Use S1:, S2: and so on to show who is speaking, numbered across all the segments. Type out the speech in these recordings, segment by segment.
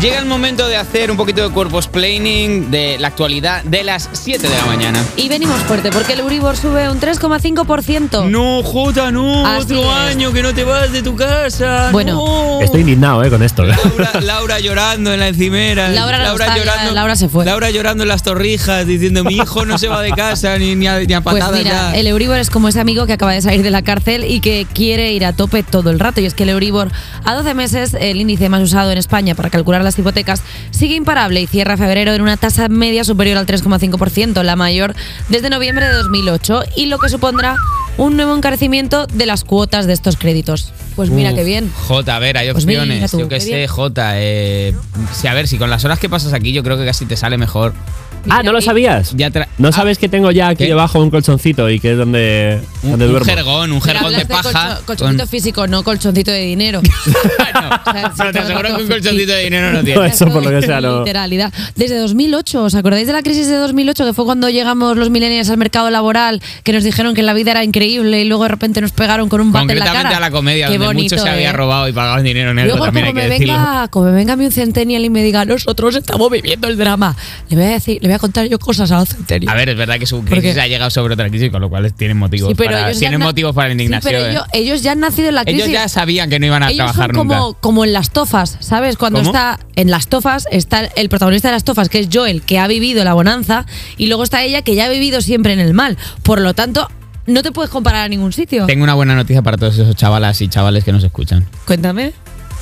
S1: Llega el momento de hacer un poquito de cuerpos planning de la actualidad de las 7 de la mañana.
S2: Y venimos fuerte porque el Euribor sube un 3,5%.
S1: No, Jota, no,
S2: Así
S1: otro
S2: es.
S1: año que no te vas de tu casa.
S2: Bueno.
S1: no.
S3: Estoy indignado, eh, con esto.
S1: Laura, Laura llorando en la encimera.
S2: Laura no está, ya, Laura se fue.
S1: Laura llorando en las torrijas, diciendo mi hijo no se va de casa ni, ni a, ni a
S2: Pues
S1: patadas
S2: mira,
S1: ya".
S2: el Euribor es como ese amigo que acaba de salir de la cárcel y que quiere ir a tope todo el rato. Y es que el Euribor, a 12 meses, el índice más usado en España para calcular las hipotecas, sigue imparable y cierra febrero en una tasa media superior al 3,5%, la mayor desde noviembre de 2008, y lo que supondrá un nuevo encarecimiento de las cuotas de estos créditos. Pues mira
S1: Uf,
S2: qué bien.
S3: Ah,
S1: Jota, a ver, hay
S2: Pues mira
S1: opciones.
S2: tú,
S1: yo
S2: qué
S1: qué sé,
S2: bien.
S1: Jota. eh, si- a ver, si con las horas que pasas aquí, yo creo que casi te sale mejor.
S3: ah, ¿no lo sabías?
S1: Ya tra-
S3: ¿No sabes que tengo ya aquí
S1: ¿Qué?
S3: debajo un colchoncito y que es donde,
S1: Un,
S3: donde
S1: Ah, un
S3: duermo?
S1: jergón, un
S2: Pero
S1: jergón de
S2: hablas de
S1: paja.
S2: colcho- colchoncito
S1: con-
S2: físico, no colchoncito de dinero. O sea,
S1: No, te aseguro que un colchoncito de dinero no
S3: No,
S1: tienes.
S3: eso por lo que sea, no.
S2: Literalidad. Desde 2008, ¿os acordáis de la crisis de 2008? Que fue cuando llegamos los millennials al mercado laboral, que nos dijeron que la vida era increíble y luego de repente nos pegaron con un bate en la cara.
S1: Concretamente a la comedia,
S2: Qué
S1: donde mucho se
S2: bonito,
S1: había
S2: ¿eh?
S1: robado y pagaban dinero negro,
S2: Luego,
S1: también
S2: como
S1: hay que
S2: me,
S1: decirlo.
S2: venga, como me venga a mí un centennial y me diga, nosotros estamos viviendo el drama, le voy a decir, le voy a contar yo cosas a un centennial.
S1: A ver, es verdad que su
S2: Porque-
S1: crisis ha llegado sobre otra crisis, con lo cual tienen motivos,
S2: Sí, pero
S1: para,
S2: ellos ya
S1: tienen
S2: na-
S1: motivos para la
S2: Sí,
S1: indignación.
S2: pero
S1: ¿eh?
S2: ellos, ellos ya han nacido en la crisis.
S1: Ellos ya sabían que no iban a
S2: Ellos
S1: trabajar
S2: son como,
S1: nunca.
S2: como en las tofas, ¿sabes? Cuando
S1: ¿Cómo?
S2: está en las tofas, está el protagonista de las tofas, que es Joel, que ha vivido la bonanza, y luego está ella, que ya ha vivido siempre en el mal. Por lo tanto, no te puedes comparar a ningún sitio.
S1: Tengo una buena noticia para todos esos chavalas y chavales que nos escuchan.
S2: Cuéntame.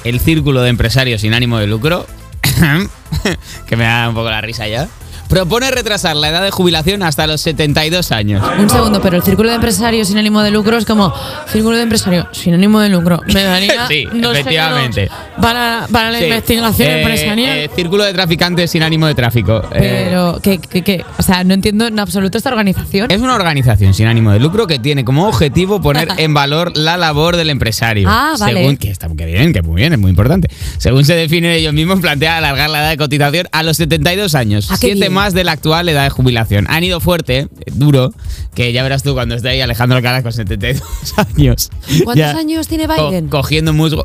S1: El círculo de empresarios sin ánimo de lucro, que me da un poco la risa ya, propone retrasar la edad de jubilación hasta los 72 años.
S2: Un segundo, pero el círculo de empresarios sin ánimo de lucro es como círculo de empresarios sin ánimo de lucro. Me daría
S1: Sí,
S2: dos
S1: efectivamente.
S2: euros para, para la
S1: Sí.
S2: investigación
S1: Eh,
S2: empresarial.
S1: eh, círculo de traficantes sin ánimo de tráfico. Eh,
S2: pero que, que- que- o sea, no entiendo en absoluto esta organización.
S1: Es una organización sin ánimo de lucro que tiene como objetivo poner en valor la labor del empresario.
S2: Ah, vale.
S1: Según, que está que bien, que muy bien, es muy importante. Según se definen ellos mismos, plantea alargar la edad de cotización a los 72 años,
S2: Ah, qué
S1: siete
S2: bien.
S1: más de la actual edad de jubilación. Han ido fuerte, eh, duro, que ya verás tú cuando esté ahí Alejandro Alcaraz con 72 años.
S2: ¿Cuántos
S1: Ya
S2: años tiene
S1: co-
S2: Biden?
S1: cogiendo musgo.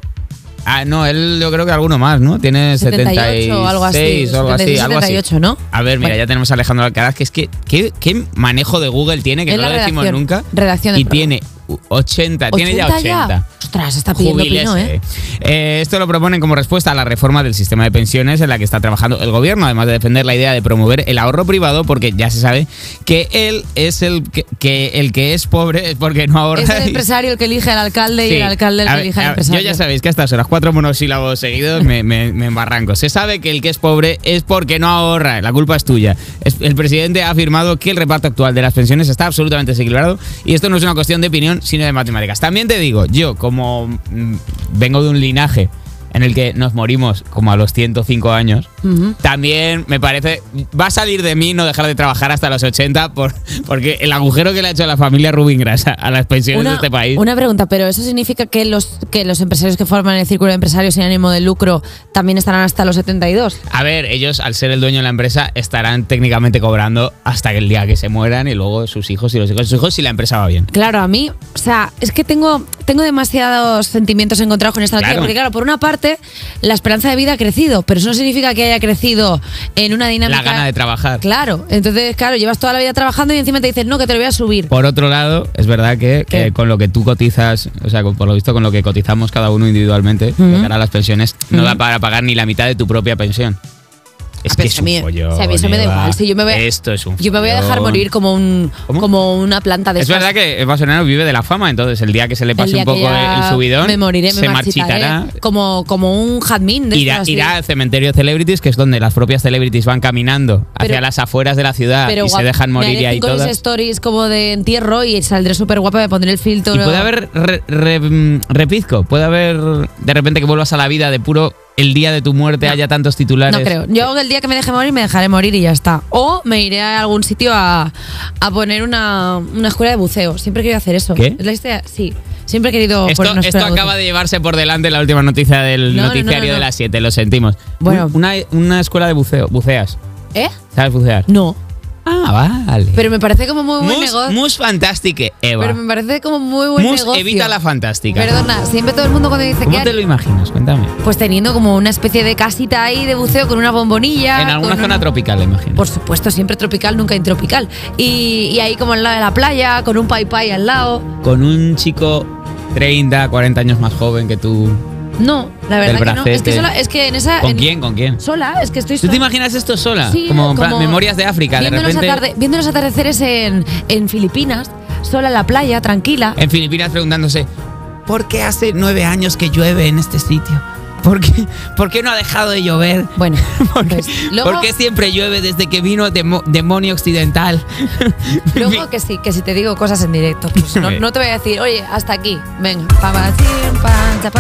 S1: Ah, no, él yo creo que alguno más, ¿no? Tiene
S2: 78
S1: 76
S2: o algo así,
S1: o algo así,
S2: 76,
S1: algo así.
S2: 78, ¿no?
S1: A ver, mira,
S2: Bueno.
S1: ya tenemos a Alejandro Alcaraz, que es que qué, qué manejo de Google tiene, que
S2: Es
S1: no
S2: la
S1: lo decimos
S2: redacción,
S1: nunca.
S2: redacción del
S1: y tiene 80, tiene ya 80.
S2: Ostras, está pidiendo pino,
S1: Jubílese.
S2: ¿eh?
S1: Eh, esto lo proponen como respuesta a la reforma del sistema de pensiones en la que está trabajando el gobierno, además de defender la idea de promover el ahorro privado, porque ya se sabe que él es el que, que el que es pobre es porque no ahorra.
S2: Es el
S1: y-
S2: empresario el que elige al alcalde y
S1: Sí.
S2: el alcalde el
S1: A
S2: que
S1: ver,
S2: elige
S1: a
S2: al
S1: ver,
S2: empresario.
S1: Yo ya sabéis que a estas horas, cuatro monosílabos seguidos, me, me, me embarranco. Se sabe que el que es pobre es porque no ahorra, la culpa es tuya. Es- El presidente ha afirmado que el reparto actual de las pensiones está absolutamente desequilibrado y esto no es una cuestión de opinión, sino de matemáticas. También te digo, yo como mm, vengo de un linaje en el que nos morimos como a los 105 años,
S2: Ujú.
S1: también me parece, va a salir de mí no dejar de trabajar hasta los 80 por, porque el agujero que le ha hecho a la familia Rubin Grasa a las pensiones de este país.
S2: una pregunta, pero ¿eso significa que los, que los empresarios que forman el círculo de empresarios sin ánimo de lucro también estarán hasta los 72?
S1: A ver, ellos al ser el dueño de la empresa estarán técnicamente cobrando hasta el día que se mueran y luego sus hijos y los hijos de sus hijos si la empresa va bien.
S2: Claro, a mí, o sea, es que tengo, tengo demasiados sentimientos encontrados con esta noticia,
S1: Claro.
S2: porque claro, por una parte, la esperanza de vida ha crecido, pero eso no significa que haya crecido en una dinámica...
S1: La gana de trabajar.
S2: Claro, entonces, claro, llevas toda la vida trabajando y encima te dicen, no, que te lo voy a subir.
S1: Por otro lado, es verdad que
S2: ¿Qué?
S1: eh, con lo que tú cotizas, o sea, con- por lo visto con lo que cotizamos cada uno individualmente, de cara a las pensiones, no da para pagar ni la mitad de tu propia pensión. Es
S2: Ah,
S1: que
S2: pero
S1: es
S2: si a
S1: un
S2: mí-
S1: follón,
S2: si a mí eso me da
S1: Eva.
S2: igual, si yo me voy a-
S1: Esto es un
S2: Yo me voy a dejar
S1: follón.
S2: morir como un
S1: ¿Cómo?
S2: como una planta de
S1: Es
S2: esas.
S1: verdad que Basorano vive de la fama, entonces el día que se le
S2: El
S1: pase
S2: día
S1: un
S2: que
S1: poco
S2: ya
S1: el subidón,
S2: me moriré, me
S1: se
S2: marchitaré,
S1: marchitará
S2: como como un jazmín de
S1: irá,
S2: esas,
S1: irá
S2: sí.
S1: al cementerio de celebrities, que es donde las propias celebrities van caminando hacia
S2: Pero-
S1: las afueras de la ciudad y
S2: guap-
S1: se dejan
S2: me
S1: morir
S2: haré
S1: y ahí
S2: cinco de
S1: todas.
S2: esas stories como de entierro y saldré súper guapa, me pondré el filtro.
S1: Y puede haber re- re- mm, repizco, puede haber de repente que vuelvas a la vida de puro el día de tu muerte haya tantos titulares.
S2: no creo. Yo el día que me deje morir me dejaré morir y ya está. O me iré a algún sitio a, a poner una, una escuela de buceo. Siempre he querido hacer eso.
S1: ¿Qué?
S2: Es la historia- sí. Siempre he querido poner
S1: Esto,
S2: una
S1: esto
S2: escuela
S1: acaba
S2: buceo.
S1: de llevarse por delante la última noticia del
S2: No, no, no,
S1: noticiario
S2: no, no.
S1: de las 7, lo sentimos.
S2: Bueno.
S1: Un- una, una escuela de buceo, buceas.
S2: ¿Eh?
S1: ¿Sabes bucear?
S2: No.
S1: Ah, vale.
S2: Pero me parece como muy buen
S1: mus,
S2: negocio.
S1: mus fantástica, Eva.
S2: Pero me parece como muy buen
S1: Mus
S2: negocio.
S1: evita la fantástica.
S2: Perdona, siempre todo el mundo cuando dice que
S1: ¿Cómo te lo imaginas? Cuéntame.
S2: pues teniendo como una especie de casita ahí de buceo con una bombonilla.
S1: en alguna
S2: con
S1: zona
S2: una-
S1: tropical, imagino.
S2: Por supuesto, siempre tropical, nunca intropical. Y, y ahí como al lado de la playa, con un pai pai al lado.
S1: Con un chico 30, 40 años más joven que tú.
S2: No, la
S1: Del
S2: verdad que no. Es que,
S1: bracete.
S2: sola, es que en esa...
S1: ¿Con
S2: Ah, en-
S1: quién? ¿Con quién?
S2: Sola, es que estoy
S1: ¿Tú
S2: sola.
S1: te imaginas esto sola?
S2: Sí,
S1: como, en plan, memorias de África, de
S2: viendo los
S1: repente.
S2: atarde- viendo los atardeceres en, en Filipinas, sola en la playa, tranquila.
S1: En Filipinas preguntándose, ¿por qué hace nueve años que llueve en este sitio? ¿Por qué, por qué no ha dejado de llover?
S2: Bueno,
S1: ¿Por qué,
S2: pues, luego,
S1: por qué siempre llueve desde que vino demo- demonio occidental?
S2: luego que sí, que si te digo cosas en directo, pues no, no te voy a decir, oye, hasta aquí, venga. Pa, pa, chin, pan, cha, pa,